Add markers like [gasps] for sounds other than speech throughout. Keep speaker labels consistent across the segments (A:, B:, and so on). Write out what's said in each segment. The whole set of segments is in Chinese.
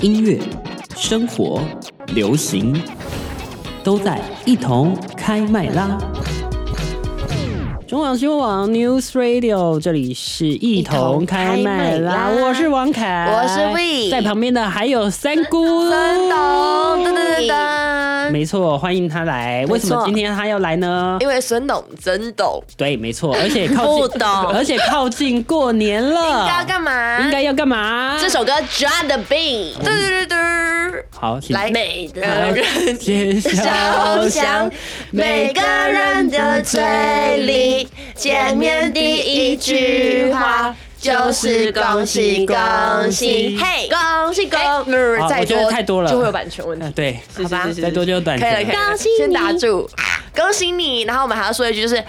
A: 音乐、生活、流行，都在一同开麦啦！中广新闻网 News Radio，这里是一同开麦啦！
B: 一同开麦啦
A: 我是王凯，
B: 我是 We
A: 在旁边的还有三姑。
B: 噔噔噔噔噔噔，
A: 没错，欢迎他来。为什么
B: 没错
A: 今天他要来呢？
B: 因为孙董真懂，
A: 对，没错，而且靠近，
B: 不懂
A: 而且靠近过年了，
B: 应该要干嘛？
A: 应该要干嘛？
B: 这首歌《Drop the Beat》，嘟嘟嘟嘟，
A: 好，请
B: 来，每个人
A: 先
B: 烧香，每个人的嘴里，见面第一句话。就是恭喜恭喜，嘿，恭喜恭喜！
A: 好
B: 再
A: 啊我觉得
B: 多
A: 太多了
B: 就会有版权问题
A: 呃。对，
B: 好吧
A: 再多就短
B: 可以了，可以
A: 了。
B: 了，
C: 恭喜你
B: 先打住，恭喜你。然后我们还要说一句，就是，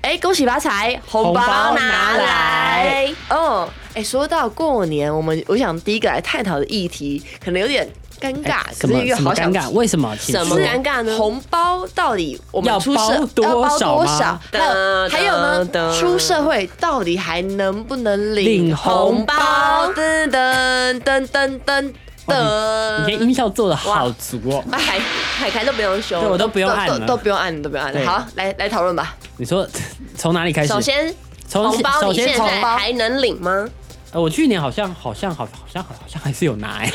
B: 哎，恭喜发财，红包拿来。哦，哎，说到过年，我们我想第一个来探讨的议题，可能有点尴尬，
A: 哎什
B: 可是
A: 么
B: 又
A: 什么
B: 好
A: 尴
B: 想
A: 尬？为什么？请
C: 什么
A: 说
C: 尴尬呢？
B: 红包到底我们
A: 要
B: 出
A: 包
B: 社
A: 多
B: 包
A: 少
B: 多
A: 吗
B: 少？还有
C: 噔
B: 还有呢，
C: 噔
B: 出社会到底还能不能
A: 领
B: 领
A: 红
B: 红
A: 包
B: 包？噔噔噔噔噔
A: 你今。
B: 噔
A: 天音效做的好足哦。
C: 海海凯都不用
A: 对，我
C: 修，
A: 都不用按
B: 都都
A: 了
B: 不。用按，都不用按
A: 对。
B: 好，来来讨论吧。
A: 你说从哪里开始？
C: 首先
A: 从
C: 红包
A: 首
C: 你
A: 先
C: 现
A: 从
C: 在还能领吗？
A: 呃我去年好像好像好好像好像还是有拿哎。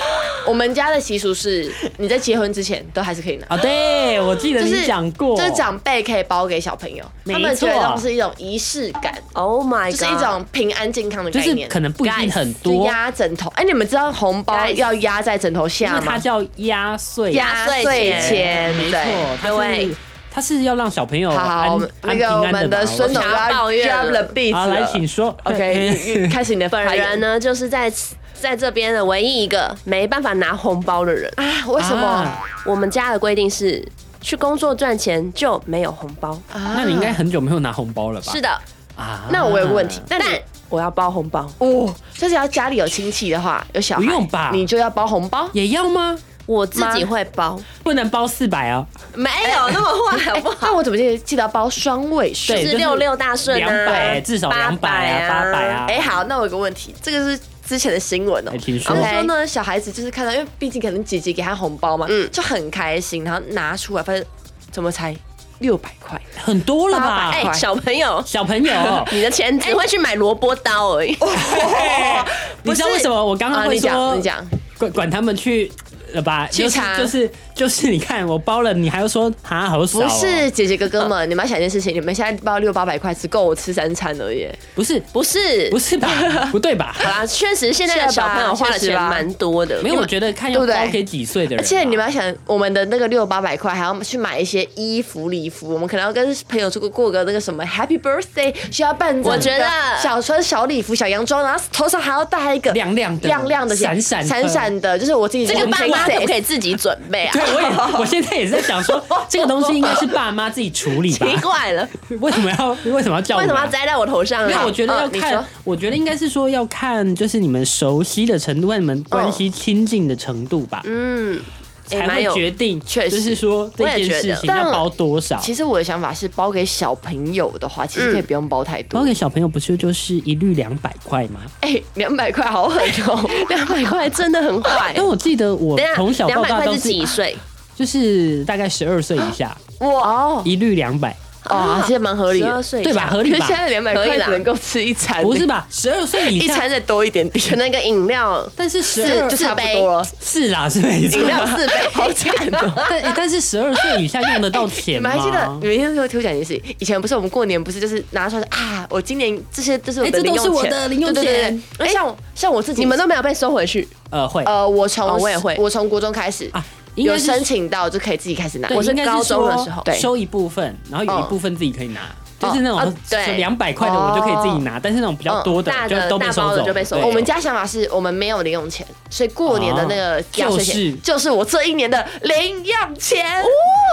B: 我们家的习俗
A: [laughs]
B: 是，你在结婚之前都还是可以拿，
A: 啊，对，我记得你讲过，
B: 就是长辈可以包给小朋友，
A: 没
B: 他们觉得
A: 错
B: 那是一种仪式感，
C: Oh my
B: 就
C: god！
B: 是一种平安健康的
A: 就
B: 概
A: 是
B: 念。
A: 可能不一定很
B: 就
A: 多，
B: 压枕头，哎，你们知道红包
C: Guys
B: 要压在枕头
A: 因为
B: 下
A: 它
B: 吗？
A: 叫压岁
B: 压岁钱，
A: 没
B: 对。
A: 错，它是
C: 对
A: 它是要让小朋友
B: 好
A: 安
B: 好，
A: 安
B: 我们那
A: 平
B: 个我
A: 安的
B: 们的
A: 吧
B: 孙董
C: 我想
B: 要
C: 要抱怨
B: drop
C: 了
B: the beat
A: 好，来请说。 [laughs]
B: OK，开始你的
C: 本
B: 发言
C: 人？呢，就是在在这边的唯一一个没办法拿红包的人。哎
B: 啊，为什么？
A: 啊
C: 我们家的规定是，去工作赚钱就没有红包。
B: 啊
A: 那你应该很久没有拿红包了吧？
C: 是的，
A: 啊，
B: 那我有个问题，那你
C: 但我要包红包，
B: 哦，就是要家里有亲戚的话，有小孩，
A: 不用吧
B: 你就要包红包。哎
A: 也要吗？
C: 我自己会包，
A: 不能包四百啊，
C: 没有那么坏，好
B: [laughs]
C: 不好？
B: 但我怎么记得记得要包双位数？
A: 对
C: 是六六大顺
A: 两
C: 啊，
A: 百至少两百啊，八百啊。
B: 哎、好，那我有个问题，这个是之前的新闻哦、
A: 哎请说
B: 他们说呢，小孩子就是看到，因为毕竟可能姐姐给他红包嘛，
C: 嗯
B: 就很开心，然后拿出来，发现怎么才六百块？
A: 很多了
B: 八
A: 吧
B: 百？哎
C: 哎，小朋友，
A: 小朋
B: [laughs]
A: 友，
C: 你的钱只会去买萝卜刀而已。
A: 哦你知道
B: 不是
A: 为什么我刚刚
B: 啊，
A: 会
B: 你讲，
A: 说
B: 你讲，
A: 管管他们去呃吧？
B: 去
A: 就是
B: 查
A: 就是就是，你看我包了，你还要说啊好少
B: 不
A: 哦？
B: 是姐姐哥哥们，你们要想一件事情，你们现在包六八百块，只够我吃三餐而已。啊
A: 不是
C: 不是
A: 不，
B: [laughs]
A: 是吧？不对吧？
C: 好啦，确实现在的小朋友花的
B: 确实
C: 钱
B: 吧
C: 蛮多的，
A: 没有，我觉得看要
B: 对不对
A: 包给几岁的人吧。啊
B: 而且你们要想，我们的那个六八百块还要去买一些衣服、礼服，我们可能要跟朋友出过过个那个什么 Happy Birthday，需要办这种
C: 我觉得
B: 小穿小礼服、小洋装，然后头上还要戴一个
A: 亮亮的
B: 亮亮的、
A: 闪闪的
B: 闪闪的，就是我自己
C: 这个爸妈可不可
B: 以？
C: 以自己准备啊
A: 对，？我
B: [laughs]
A: 也我现在也在想说，这个东西应该是爸妈自己处理吧？
C: [laughs] 奇
A: [laughs]
C: 怪了，
A: 为什么要为什么要叫我？啊
C: 为什么要栽在我头上
A: 没有，
C: 啊
A: 我？觉得要
B: 哦你
A: 看，
B: 说
A: 我觉得应该是说要看，就是你们熟悉的程度和你
B: 哦
A: 们关系亲近的程度吧，
C: 嗯，
A: 才
C: 哎蛮
A: 会
C: 有
A: 决定，
B: 确实
A: 就是说这
C: 我也
A: 件
C: 觉
A: 事
C: 得
A: 情
B: 但
A: 要包多少。
B: 其实我的想法是，包给小朋友的话，其实可
C: 嗯
B: 以不用包太
A: 包
B: 多。
A: 给小朋友不是就是一律两百块吗？
B: 哎、两百块好狠哦！
C: [laughs] 两百块真的很坏
A: 因为。我记得我
C: 等一下，
A: 从小
C: 两
A: 到
C: 百
A: 大
C: 块
A: 都
C: 是
A: 是 [laughs]
C: 几岁？
A: 就是大概十二岁以下，
B: 哇哦
A: 一律两百，
B: 哦，其实蛮合理
C: 啊十
B: 的
C: 二。岁以
A: 对吧？
C: 下？
A: 合
B: 因
A: 理
B: 为
A: 吧
B: 现？在两百
C: 可以
B: 块
C: 啦
B: 只能够吃一餐，
A: 不是吧？十二岁以
B: 呃一
A: 下
B: 餐，再多一点点，
C: 可能一个饮料
A: 但是十
B: 是
A: 二
B: 就差不
C: 杯
B: 多了。
A: 是啦，是没错
B: 饮。料四杯，好惨哦！
A: [laughs] 但欸但是十二岁以下用得到
B: [laughs] 哎你
A: 钱吗？
B: 们还记得？你们有没有听讲一件事情？以前不是我们过年不是就是拿出来说啊，我今年这些都是我的
A: 哎这都
B: 零用
A: 是
B: 钱，
A: 我的零用
B: 对对对对
A: 钱哎
B: 那像我像我自己，
C: 你们都没有被收回去，
A: 呃，会
B: 呃，我从
C: 哦我也会
B: 我从国中开始
A: 啊，应该
B: 有
A: 是
B: 申请到就可以自己开始拿。
A: 对
B: 我是
A: 应该
B: 高中的
A: 说
B: 时候，
A: 收一部分，然后有一
B: 嗯
A: 部分自己可以拿，就是那
C: 哦
A: 种
C: 对
A: 两百块的我就可以自己拿，
B: 哦
A: 但是那种比较多的
C: 嗯大
A: 就
C: 的
A: 都被
C: 大
A: 收
C: 包的
A: 走。
C: 就被收
A: 对
C: 走
B: 我们家想法是我们没有零用钱，所以过年的那个压岁
A: 哦就是
B: 钱就是我这一年的零用钱。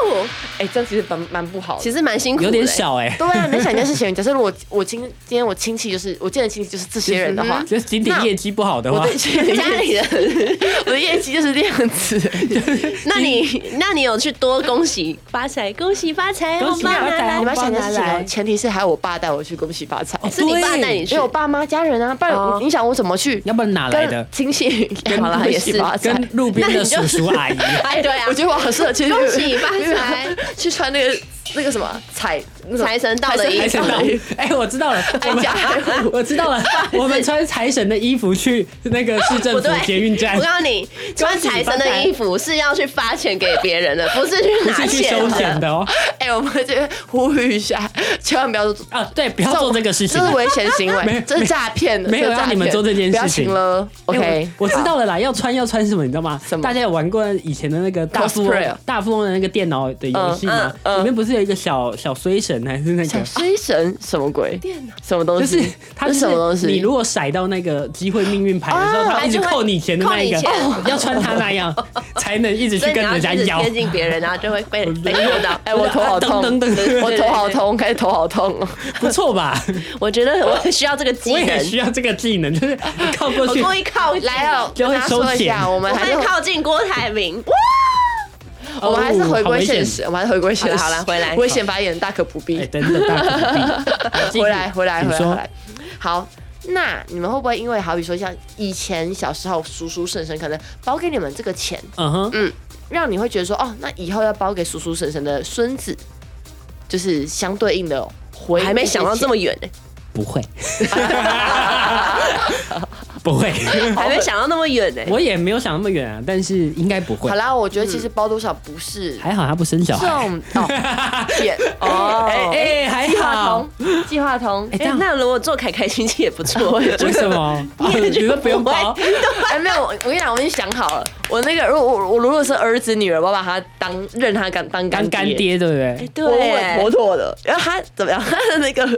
B: 哦，哎，这样其实蛮蛮不好的。
C: 其实蛮辛苦的，欸
A: 有点小哎，
B: 对啊，你想一件事情，假设如果我今今天我亲戚就是我见的亲戚就是这些人的话，
A: 嗯就是仅仅
B: 那
A: 业绩不好的
B: 我
A: 话
B: 对，
C: 家
A: [laughs]
C: 里人。
B: 我的业绩就是这样子。
C: 那你那你有去多恭喜发财，恭喜发财，
A: 恭喜
C: 好
A: 发
C: 吗
A: 财
B: 你们要想一件事情
A: 来
B: 哦，前提是还有我爸带我去恭喜发财，
A: 哦
C: 是你爸带你
B: 因
C: 去
B: 为我，爸妈家人啊，不然
C: 哦
B: 你想我怎么去
A: 要不然哪来的
B: 跟？亲戚？
A: 跟
B: [laughs] 好啦也是发财
A: 跟路边的叔叔阿姨，
C: 哎，对啊
B: 我，觉得我好适合去
C: 恭喜发财，
B: [laughs] 去穿那个那个什么彩 [laughs] 那种
C: 财神到的衣
A: 财
B: 财
A: 神
B: 神
C: 服，
A: 到
B: 到底，
A: 哎，我知道了，我们
B: 家户
A: [laughs] 我知道
B: [laughs]
A: 了，我们穿财神的衣服去那个市政
C: 不
A: 府
C: 对，
A: 捷运站
C: 我，告诉你，穿财神的衣服是要去发钱给别人的，不 [laughs] 是去
A: 不
C: 拿
A: 是去收钱
C: 钱
A: 的。哦。
B: 哎、我们这边呼吁一下，千万不要做，
A: 啊，对，不要做这个事情
B: 这。是危险行
A: 没
B: 为，这是诈骗，
A: 没有
B: 这是诈
A: 让你
B: 骗
A: 们做这件事情
B: 不要行了
A: 哎
B: ，OK，、
A: 我我知道了啦，要穿要穿什么，你知道吗？
B: 什么
A: 大家有玩过以前的那个大富翁
B: Cosplay 啊
A: 大富翁的那个电脑的游戏吗
B: 嗯？嗯
A: 里面不是有一个小小衰神还是那
B: 小
A: 个？
B: 衰神什么鬼？
C: 电脑
B: 什么东
A: 就
B: 西？
A: 是它就
B: 这
A: 是
B: 是什么东西？
A: 你如果甩到那个机会命运牌的时候，
B: 哦
A: 它一直
C: 它就会
A: 扣你钱的那一个
C: 扣
A: [laughs]
C: 你，
A: 要穿它那
B: [laughs]
A: 样才能一直去
C: 所以
A: 跟
C: 你要
A: 人家
C: 一直
A: 要
C: 贴。近别人，然后就会
A: [laughs]
C: 被被碰到。
B: 哎、我头好痛，
A: 噔噔噔
B: 我头好痛，开始头
A: [laughs]
B: 好痛哦。 [laughs]
A: 不错吧？
C: 我觉得我需要这个技
A: 我也
C: 能，
A: 需要这个技能，就是 [laughs] 你靠过
C: 我
A: 去，
C: 故意靠近
B: 来哦，
A: 就会
B: 跟大家说一
A: 收
B: 下，
A: 钱
B: 我
C: 我
B: 们还是
C: 会靠近郭台铭。
B: 我们还是
A: 哦
B: 回
A: 好危
B: 归现
A: 险
B: 实，我们还是回归现实。
C: 好啦回来
B: 危险发言大可不必
A: 哎，。等等，大
B: [laughs]
A: 可不必
B: 回来，回来，
A: 你
B: 回来，
A: 说
B: 回来。好，那你们会不会因为好比说像以前小时候叔叔婶婶可能包给你们这个钱，
A: 嗯哼，
B: 让你会觉得说哦，那以后要包给叔叔婶婶的孙子，就是相对应的回。
C: 我还没想到这么远欸呢，
A: 不会， [laughs] 不会，
C: 还没想到那么远欸呢。
A: 我也没有想那么远啊，但是应该不会
B: 好。啦，我觉得其实包多少不是
A: 还好他不生小孩。
B: 重哦，也哦，哎
A: 哎，还
B: 计划
A: 好
B: 通。，计划通，
A: 哎这
C: 哎
A: 样
C: 那如果做凯凯亲戚也不
A: [laughs]
C: 错，我觉得
A: 为什么？
C: [laughs]
A: 哦
C: 你也觉
A: 你
C: 得
A: 说不用包
C: 不？会
B: 哎，没有，我跟你讲，我已经想好了，我那个如果我我如果是儿子女儿，我要把他当认他干当
A: 当干。爹对不对？
C: 对，
B: 我稳妥妥的，然后他怎么样？他 [laughs] 的那个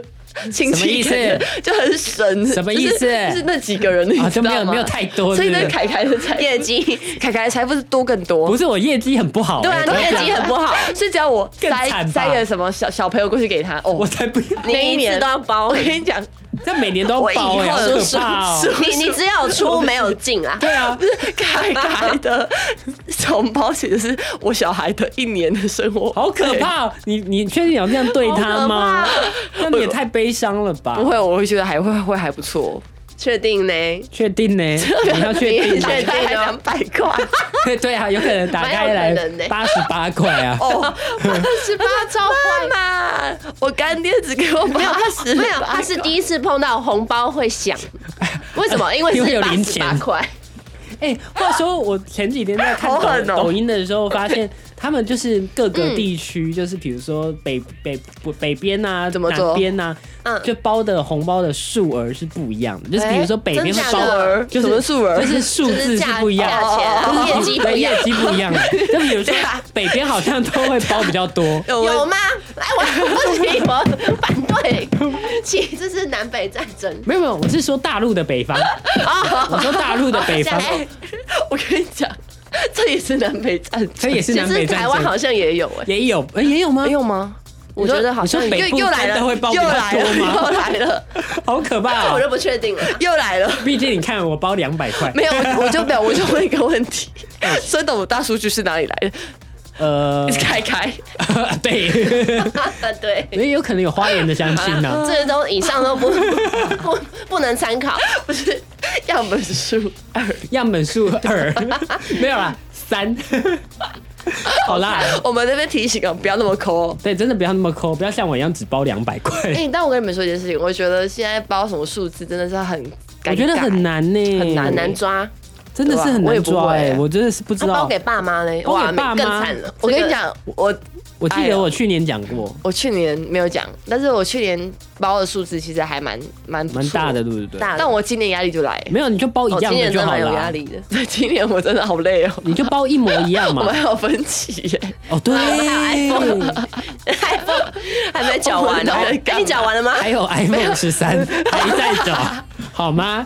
B: 亲
A: 什么意思
B: 戚感觉就很神，
A: 什么意思
B: 就是就是那几个人，你
A: 啊，
B: 知
A: 就没
B: 道
A: 有
B: 吗
A: 没有，太多，
B: 所以
A: 是不
B: 那
A: 是
B: 凯凯的财
C: 业绩，
B: 凯凯的财富是多更多
A: 不。是我业绩很不好，
C: 对啊，
A: 哎
C: 你
A: 我
C: 业绩很不好，
B: 是只要我
A: 更
B: 塞
A: 惨吧
B: 塞个什么小小朋友过去给他，哦，
A: 我才不要，
C: 你
B: 那一
C: 一
B: 年
C: 次都要包
B: 我。跟你 [laughs] 讲，
A: 这每年都要
B: 我以
A: 包哎，
B: 后
A: 好
B: 的
A: 可
B: 收
A: 怕哦。
C: 你你只有出没有进
A: [laughs]
C: 啊，
A: 对啊，
B: 凯凯的红包其实是我小孩的一年的生活，
A: 好可。怕哦！你你确定要这样对他吗？那你也太悲伤了吧？
B: 不会，我会觉得还会会还不错，
C: 确定呢？
A: 确定
C: [laughs]
A: 呢？你要确定
C: 你
A: 呢？
C: 确定哦
B: 两百块，
A: [laughs] 对啊，有可能打开
C: 蛮有可
A: 来
C: 能的欸
A: 八十八块啊！
B: 哦，十八兆
A: [laughs]
B: 块嘛！我干爹只给我
C: 没有
B: 八十，
C: 没有，他是第一次碰到红包
A: [laughs]
C: 会响，为什么？因为
A: 因为
C: 是
A: 有
C: 八
A: 零
C: 十
A: 钱
C: 八块，
A: 哎，话说我前几天在看
B: 好狠
A: 抖
B: 哦
A: 抖音的时候，发现他们就是各
C: 嗯
A: 个地区，就是比如说北北不北边啊，
B: 怎么做
A: 南边啊，
C: 嗯
A: 就包的红包的数额是不一样的。就是比如说北边会
C: 哎真假
A: 包
C: 的
A: 就
B: 什么
A: 是
B: 数额
A: 就？是数
C: 就是
A: 字是
C: 价
A: 不一样哦的
C: 价。钱啊，
A: 就是
C: 业绩不
A: 对
C: 一样啊
A: 业。绩不一样的，
C: [laughs]
A: 就比如说北边好像都会包比较多，
C: 有吗？来，我不行，我反对。 [laughs] 起，这是南北战争。
A: 没有没有，我是说大陆的北方，
C: 哦
A: 我说大陆的 [laughs] 北方，
C: 哎
B: 我跟你讲，这也是南北战争，
A: 这也是
C: 其
A: 南北
C: 实
A: 战
C: 台湾好
A: 争，
C: 像也有哎，
A: 也有呃也有吗？
B: 有吗？
C: 我觉得好
A: 你
C: 像
A: 说
C: 有
A: 北部
B: 又又来
A: 真
B: 了
A: 的会包比较
B: 又来
A: 多
B: 了
A: 吗？
B: 又来
A: [laughs]
B: 了，
A: 好可怕
C: [laughs] 我
A: 哦！
C: 就不确定了。
B: [laughs] 又来了。
A: 毕竟你看我包两百块，
B: 没有，我就没有，我就问一个问题， [laughs] 孙董大数据是哪里来的？ [laughs]
A: 呃，
B: 凯凯，
A: [laughs] 对，
C: 对，
A: 也有可能有花莲的相亲
C: [laughs]
A: 呢。
C: 这都以
A: [laughs]
C: 上都不不不能参考。
B: 不是样本数二，
A: 样本数二，没有啦，三。好啦，
B: [laughs] 我们这边提醒啊，不要那么抠哦。
A: 对，真的不要那么抠，不要像我一样只包两百块，
B: 哎、但我跟你们说一件事情，我觉得现在包什么数字真的是很尴尬，
A: 我觉得很难呢，
B: 很
C: 很
B: 难
C: 难抓，
A: 真的是很
B: 我也
A: 难
B: 不
A: 抓
B: 会
A: 哎，我真的是不知
C: 那包
A: 道
C: 给。爸妈嘞，
A: 包给
C: 哇，
A: 爸妈
C: 更惨了。
B: 我跟你，讲，我
A: 我记得我去年讲过，
B: 我去年没有讲，但是我去年包的数字其实还蛮蛮不
A: 蛮
B: 错
A: 大的，，对不对？
C: 大的
B: 但我今年压力就来了，
A: 没有，你就包一
C: 我哦今
A: 样的
C: 年
A: 就
C: 真
A: 好
C: 的有
A: 了
C: 压
A: 啊。
C: 力的。
B: 对， [laughs] 今年我真的好累哦，
A: 你就包一模一样
B: [laughs] 我
A: 嘛
B: 们。还有分歧耶，
A: 哦，对，
C: 还不还没缴完
A: [laughs]
C: 呢、
B: 我们
C: 哦
B: 在？干嘛
C: 哎，你缴完了吗？
A: 还有 iPhone 十三还在找，
B: [laughs]
A: 好吗？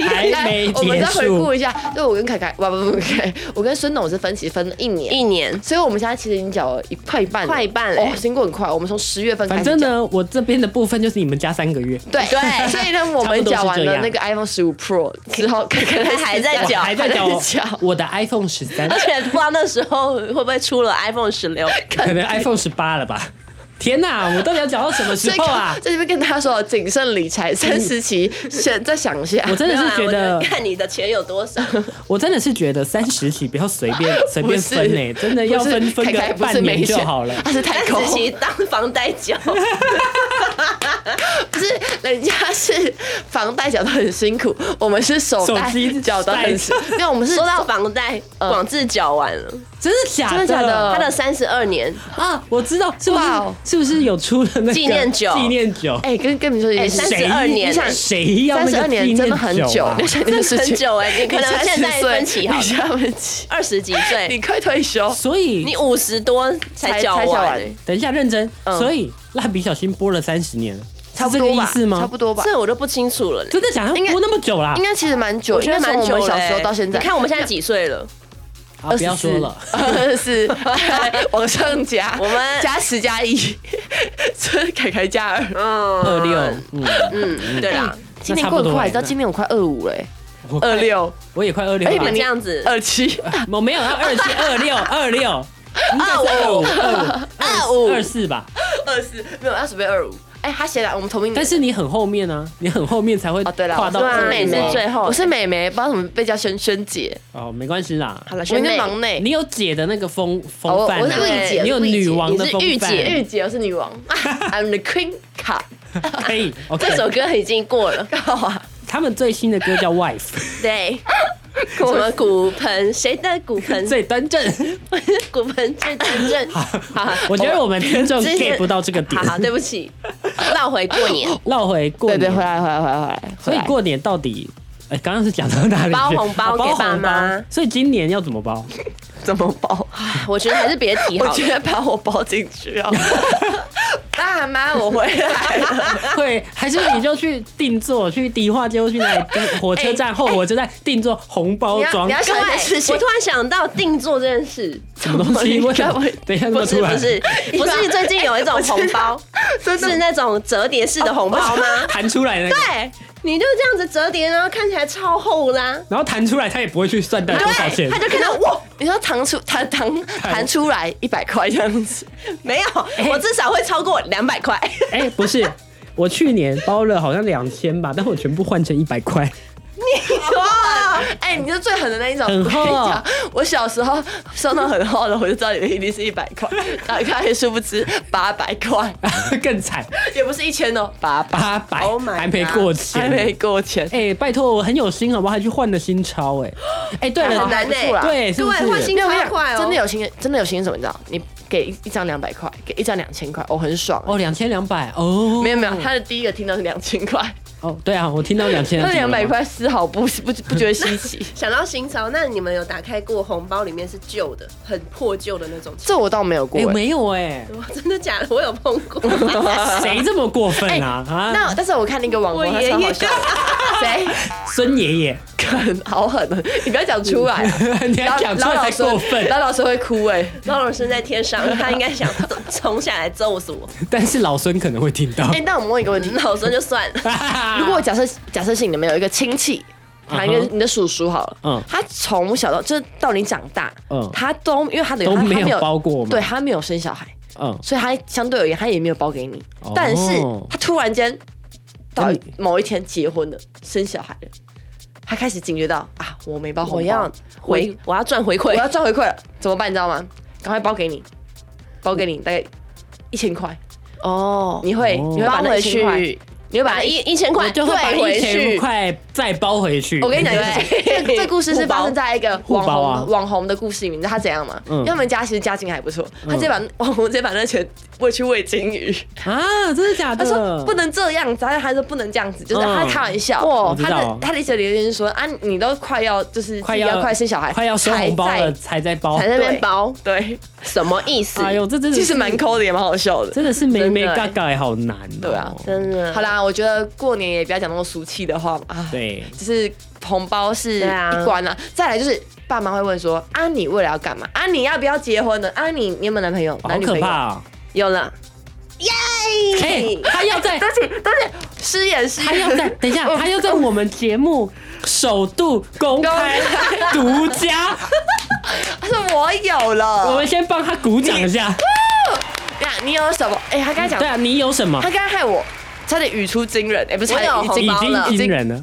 A: 还没
B: 我们
A: 结
B: 再回
A: 束
B: 顾。一下，就我跟凯凯，不不不不，凯我跟孙董是分歧分了一年。
C: 一年，
B: 所以我们现在其实已经缴了一快一半了，
C: 快一半嘞
B: 哦，经过很快。我们从十月份开
A: 反
B: 始缴
A: 正，呢，我这边的部分就是你们加三个月，
B: 对 [laughs]
C: 对
B: 所以呢，我们缴完了那个 iPhone 十五 Pro 之 [laughs] 后，凯凯
C: 还还在
A: 我
C: 缴
A: 还在
B: 缴
A: 讲我
B: 缴
A: 我的 iPhone 十三
C: 而，且不知道那时候会不会出了 iPhone 十六，
A: 可能 iPhone 十八了吧？天哪，我们到底要讲到什么时
B: 所以
A: 候啊？嗯
B: 在这边跟大家说，谨慎理财三十期，想再想一下。
A: 我真的是觉
C: 没有啦
A: 得
C: 我就，看你的钱有多少，
A: 我真的是觉得三十期不要随
B: [laughs]
A: 便随便分呢、真的要分分个半年就好了。
B: 他是太
C: 但
B: 抠，
C: 自己当房贷缴，
B: 不是人家是房贷缴得很辛苦，我们是手
A: 手
B: 贷
A: 机
B: 缴得很辛苦，没有，我们是
C: 说到房贷，
B: 嗯
C: 广志缴完了，
A: 真的假的？
B: 真的假的
C: 他的三十二年，
A: 啊！我知道，是不是、
B: 哇哦
A: 是不是有出了那个
C: 纪念酒
A: 纪念酒，
B: 哎，跟跟你们说一件事，
C: 哎
A: 谁
C: 32年
B: 你想
A: 谁要
B: 三
A: 那
B: 十二
A: 个纪
B: 年
A: 念
B: 真的很久
A: 啊，
B: 你想这个事
C: 很
B: 情，
C: 久哎、你可能
B: 你
C: 现在
B: 30岁
C: 分期好
B: 你
C: 了，
B: 现在分 [laughs] 期，
C: 二十几
B: 哎你
C: 岁，
B: 快退休，
A: 所以
C: 你五十多才缴
B: [laughs] 才才缴
C: 完、
B: 完
C: 欸，
A: 等一下认真。
B: 嗯
A: 所以蜡笔小新播了三十年了，
B: 差不
A: 是这
B: 多
A: 个意
B: 吧
A: 思，吗？
B: 差不多吧，
C: 这我就不清楚了、欸。
A: 真的假的？
B: 应该
A: 播那么久啦
B: 应？该其实蛮久，
C: 我觉得
B: 应该
C: 蛮
B: 从我
C: 久
B: 们
C: 了
B: 小时候
C: 欸
B: 到现在。
C: 你看我们现在
B: [laughs]
C: 几岁了？
A: 好，不要说了。
B: 二十四 [laughs] 往上 [laughs] 加，
C: 我们
B: 加十加一， [laughs] 这凯凯加二。
C: 嗯，
A: 二六，嗯，
C: 嗯，对啦，
B: 今年过得
A: 那差不多
B: 快，你知道今年我快二五哎，
A: 我
B: 二六、
A: 我也快二六
B: 哎
A: 了
B: 你
C: 你
B: 们
A: 啊
C: 这，样子，
B: 二七，
A: 我没有要二七二
B: [laughs]
A: 六二六，应该是二五二
C: 二
A: 五
C: 五
A: 二四吧？
B: 二四没有，要准备二五。哎，他写了，我们同名。
A: 但是你很后面啊，你很后面才会
B: 哦，对了，
A: 跨到
B: 我是
A: 25
B: 妹
C: 妹
B: 妹
C: 是最后
B: 我是妹妹， [laughs] 不知道怎么被叫萱萱姐。
A: 哦，没关系啦。
B: 好了，
C: 萱
B: 我
C: 妹
B: 是忙内，
A: 你有姐的那个风
B: 哦
A: 风
B: 我
A: 范
B: 我是御
A: 啊，
B: 姐
A: 你有
C: 御姐
A: 女王
B: 你
A: 的
B: 是
A: 风
B: 御
A: 范，
B: 姐，御姐，我是女王 [laughs] ，I'm the queen。卡
A: 可以。OK，
C: 这首歌已经过了。
B: 干嘛？
A: 他们最新的歌叫 Wife，
C: [laughs] 对，什么骨盆？谁的骨盆？
A: 最端正。
C: [laughs] 骨盆最端正。 [laughs] 好，
A: 我觉得我们听众
C: 这些
A: get 不到这个点
C: 好。好，对不起，绕回过年，
A: 绕回过
B: [laughs] 对对，
A: 年
B: 回，来回来回来回来。
A: 所以过年到底，哎，刚刚是讲到哪里去？
C: 包红
A: [laughs]
C: 包
A: 哦包
C: 给
A: 红
C: 爸
A: 包
C: 妈
A: 所以今年要怎么包？
C: [laughs]
B: 怎么包？
C: 我觉得还是别提好
B: 我
C: 了。
B: 觉得把我包进
A: [laughs]
B: 去啊！爸妈，我回来了。
A: 会还是你就去定做，去迪化街或去哪里火车
C: [laughs] 哎
A: 站后火车站定做红包装
B: 你要
C: 各
B: 想一件事
C: 位，
B: 情
C: 我突然想到定做这件事，
A: 什么东西？
B: 你
A: 为什么
B: 干嘛？
A: 等一下，这
C: 不
A: 么
C: 是
A: 突然？
C: 不是不是，最近有一种红包，是那种折叠式的红包吗？
A: 弹出来那个，
C: 对，你就这样子折叠，然后看起来超厚啦。
A: 然后弹出来他也不会去算到多少钱
C: 对，他。就看到哇，
B: 你说弹出弹弹弹出来一百块这样子，
C: 没有，我至少会超过两百块。
A: 哎，不是。我去年包了好像两千吧，但我全部换成一百块， [laughs]
B: 哇！哎、你是最狠的那一种。
A: 很厚啊
B: 我跟你讲，我小时候收到很厚的，我就知道里面一定是一百块，打开殊不知八百块，
A: 更惨，
B: 也不是一千哦，八百
A: 八百
C: Oh my
A: 还没过
B: 还
A: 钱。
B: 没过钱。
A: 哎、拜托，我很有心好不好？还去换了新钞
B: [gasps]
A: 哎、哎、对了，
C: 很难欸
A: 对，是不是？
C: 对，换新
B: 没有我跟你
C: 超
B: 讲
C: 快哦，
B: 真的有新人，真的有新人什么？你知道，你给一张两百块，给一张两千块，我、很爽、
A: 哦，两千两百哦，
B: 没有没有，他的第一个听到是两千块，
A: 哦，对啊，我听到两千
B: 那两百块丝毫不不不觉得稀奇。
A: [laughs]
C: 想到新潮，那你们有打开过红包里面是旧的，很破旧的那种钱？
B: 这我倒没有过、
A: 哎、
B: 哎
A: 没有
B: [laughs]
A: 哎、
C: 哇，真的假的？我有碰过，
A: 谁这么过分啊？啊，
B: 哎那但是我看那个网
C: 我
B: 红，他
C: 爷
B: 超好
C: 爷
B: 笑的，谁
A: 孙爷爷， [laughs]
B: 敢好狠的？你不要讲出来，啊
A: 你还讲出来才过分。哦
B: 老老师会哭哎、
C: 高老师在天上，他应该想冲下来揍死我。
A: 但是老孙可能会听到。
B: 哎、那我们问一个问题，
A: 嗯
C: 老孙就算了，
B: 哎
A: [laughs]
B: 如果假设假设性你们有一个亲戚，他一个
A: 嗯哼
B: 你的叔叔好了，
A: 嗯
B: 他从小到就是到你长大，
A: 嗯
B: 他都因为他的
A: 都
B: 他
A: 没
B: 他
A: 有包过吗
B: 对他没有生小孩，
A: 嗯，
B: 所以他相对而言他也没有包给你，
A: 哦
B: 但是他突然间到
A: 那你
B: 某一天结婚了，生小孩了，他开始警觉到啊，我没包红包，
C: 我要回，我要赚回
B: 我
C: 馈。
B: 要赚回馈了，怎么办？你知道吗？赶快包给你，包给你大概一千块，
C: 哦，
B: 你会
A: 嗯哦
B: 你会把那一千块，你会把
C: 把
B: 那一
C: 一一千块
A: 就会把
C: 退
A: 一
C: 回
A: 千
C: 去。
A: 块再包回去。
B: 我跟你讲，
C: 对
B: 这
A: [laughs]
B: 个这故事是发生在一个
A: 互
B: 网
A: 包啊
B: 红网红的故事里面，你知道他怎样吗？
A: 嗯
B: 因为他们家其实家境还不错，他直接把网红直接把那钱喂去喂金鱼，
A: 啊，真的假
B: 他
A: 的？
B: 说不能这样子，啊他他说不能这样子，就是
A: 嗯
B: 他开玩笑
A: 哇我，知
B: 他
A: 道
B: 的他的意思里面是说啊，你都快要就是
A: 快
B: 自己
A: 要
B: 要快生小孩，
A: 快要收红包了才在包
B: 才。在那边
C: 对
B: 包，对，
C: 什么意思？
A: 哎呦，这真的
B: 其
A: 是
B: 实蛮抠的，也蛮好笑的。
A: 真的是眉眉
C: 真的
A: 嘎
C: 欸
A: 嘎也好难哦。
B: 对啊
C: 真的
B: 好，啦，我觉得过年也不要讲那么俗气的话嘛啊，
A: 对，
B: 就是红包是
C: 对啊
B: 一关啊，再来就是爸妈会问说啊，你未来要干嘛？啊，你要不要结婚呢？啊，你你有没有男朋友？
A: 好
B: 男女朋
A: 可
B: 友？
A: 怕啊！
B: 有了，
A: 哎，他要
B: [laughs]
A: 在
B: 对不起，对不起，失言失言，
A: 他要在等一下，
B: 哦
A: 他要在我们节目首度公开独家，
B: 他说我有了，哦
A: 我们先帮他鼓掌一下。
B: 呀，你有什么？哎、他刚才讲
A: 对，啊，你有什么
B: 他？刚才害我差点语出惊人，哎、不是，
C: 我
B: 差点
C: 有
B: 已
C: 红
B: 经
A: 已
C: 包了
A: 经惊人了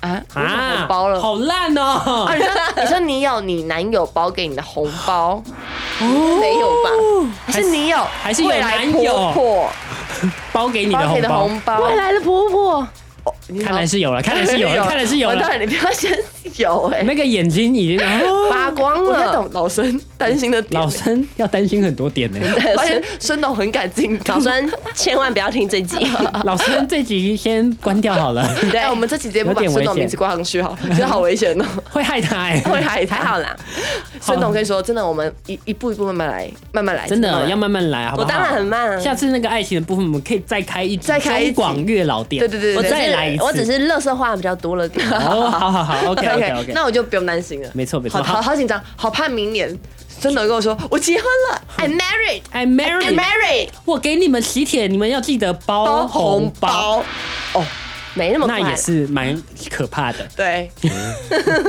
B: 啊，我有红包了。
A: 好烂哦
B: 啊！你说你说你有你男友包给你的红包，
C: 没有吧？
B: 还是你有
A: 还是有
B: 未来
A: 男
B: 婆
A: 友
B: 婆
A: 包给你的
B: 包给
A: 红
B: 的
A: 包，
B: 红包？
C: 未来的婆婆，
B: 哦你好
A: 看来是有了，看来是有了，
B: [laughs]
A: 看来是有
B: 完
A: 了。
B: 蛋你不要先有哎、
A: 那个眼睛已经哦
B: [laughs] 发光了。我在懂老生担心的点
A: 老生要担心很多点
B: [laughs]
A: 呢。
B: 发现生董很感性，
C: 老孙千万不要听这
A: [laughs]
C: 集，
A: 老生这集先关掉好了，
B: 对，哎我们这期节目把
A: 有点危
B: 孙
A: 险
B: 董名字挂上去好了，觉得好危险哦。
A: 会害他哎。
B: [laughs] 会害
C: 还
B: 他。
C: 好啦。
B: 孙董跟你说，真的，我们一一步一步慢慢来，慢慢来，
A: 哎真的
B: 慢
A: 要
B: 慢来
A: 慢慢来，好不
C: 我
A: 好？
C: 当然很慢啊，
A: 下次那个爱情的部分，我们可以再开一集
B: 再开一集
A: 中广月老店，
B: 对对对对
A: 我
B: 对
A: 再来一次。
C: 我只是乐色话比较多了点。
A: 哦，好好好，OK
B: [laughs]
A: OK OK，
B: 那我就不用担心了。
A: 没错没错
B: 好好
A: 好
B: 好紧张，好怕明年孙董跟我说我结婚了，I'm married。
A: [laughs] I'm married，, 哦
B: I'm married，
A: 哎我给你们喜帖，你们要记得包
B: 包
A: 红
B: 红
A: 包，
B: 包，哦，
C: 没那么快
A: 那也是蛮可怕的。
B: 对， [laughs]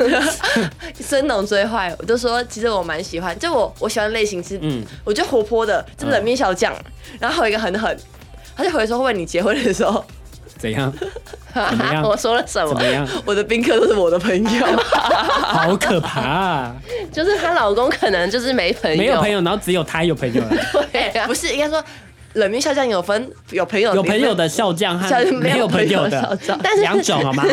B: 孙董最坏，我就说其实我蛮喜欢，就我我喜欢的类型是，
A: 嗯
B: 我觉得活泼的，就冷面小将，然后还有一个很狠，他就回说会不会你结婚的时候，
A: 怎样？怎么样
C: 我说了什
A: 怎
C: 么
A: 么？样？
B: 我的宾客都是我的朋
A: [laughs]
B: 友，
A: 好可怕、啊！
C: 就是她老公可能就是没朋友，
A: 没有朋友，然后只有他有朋友了，
C: [laughs] 对啊
B: 哎不是应该说冷面小将有分有朋友
A: 有朋友的笑匠和
B: 小
A: 没有朋友
B: 小
A: 的，
B: 将，
C: 但是
A: 两种好
B: [laughs]
A: 吗？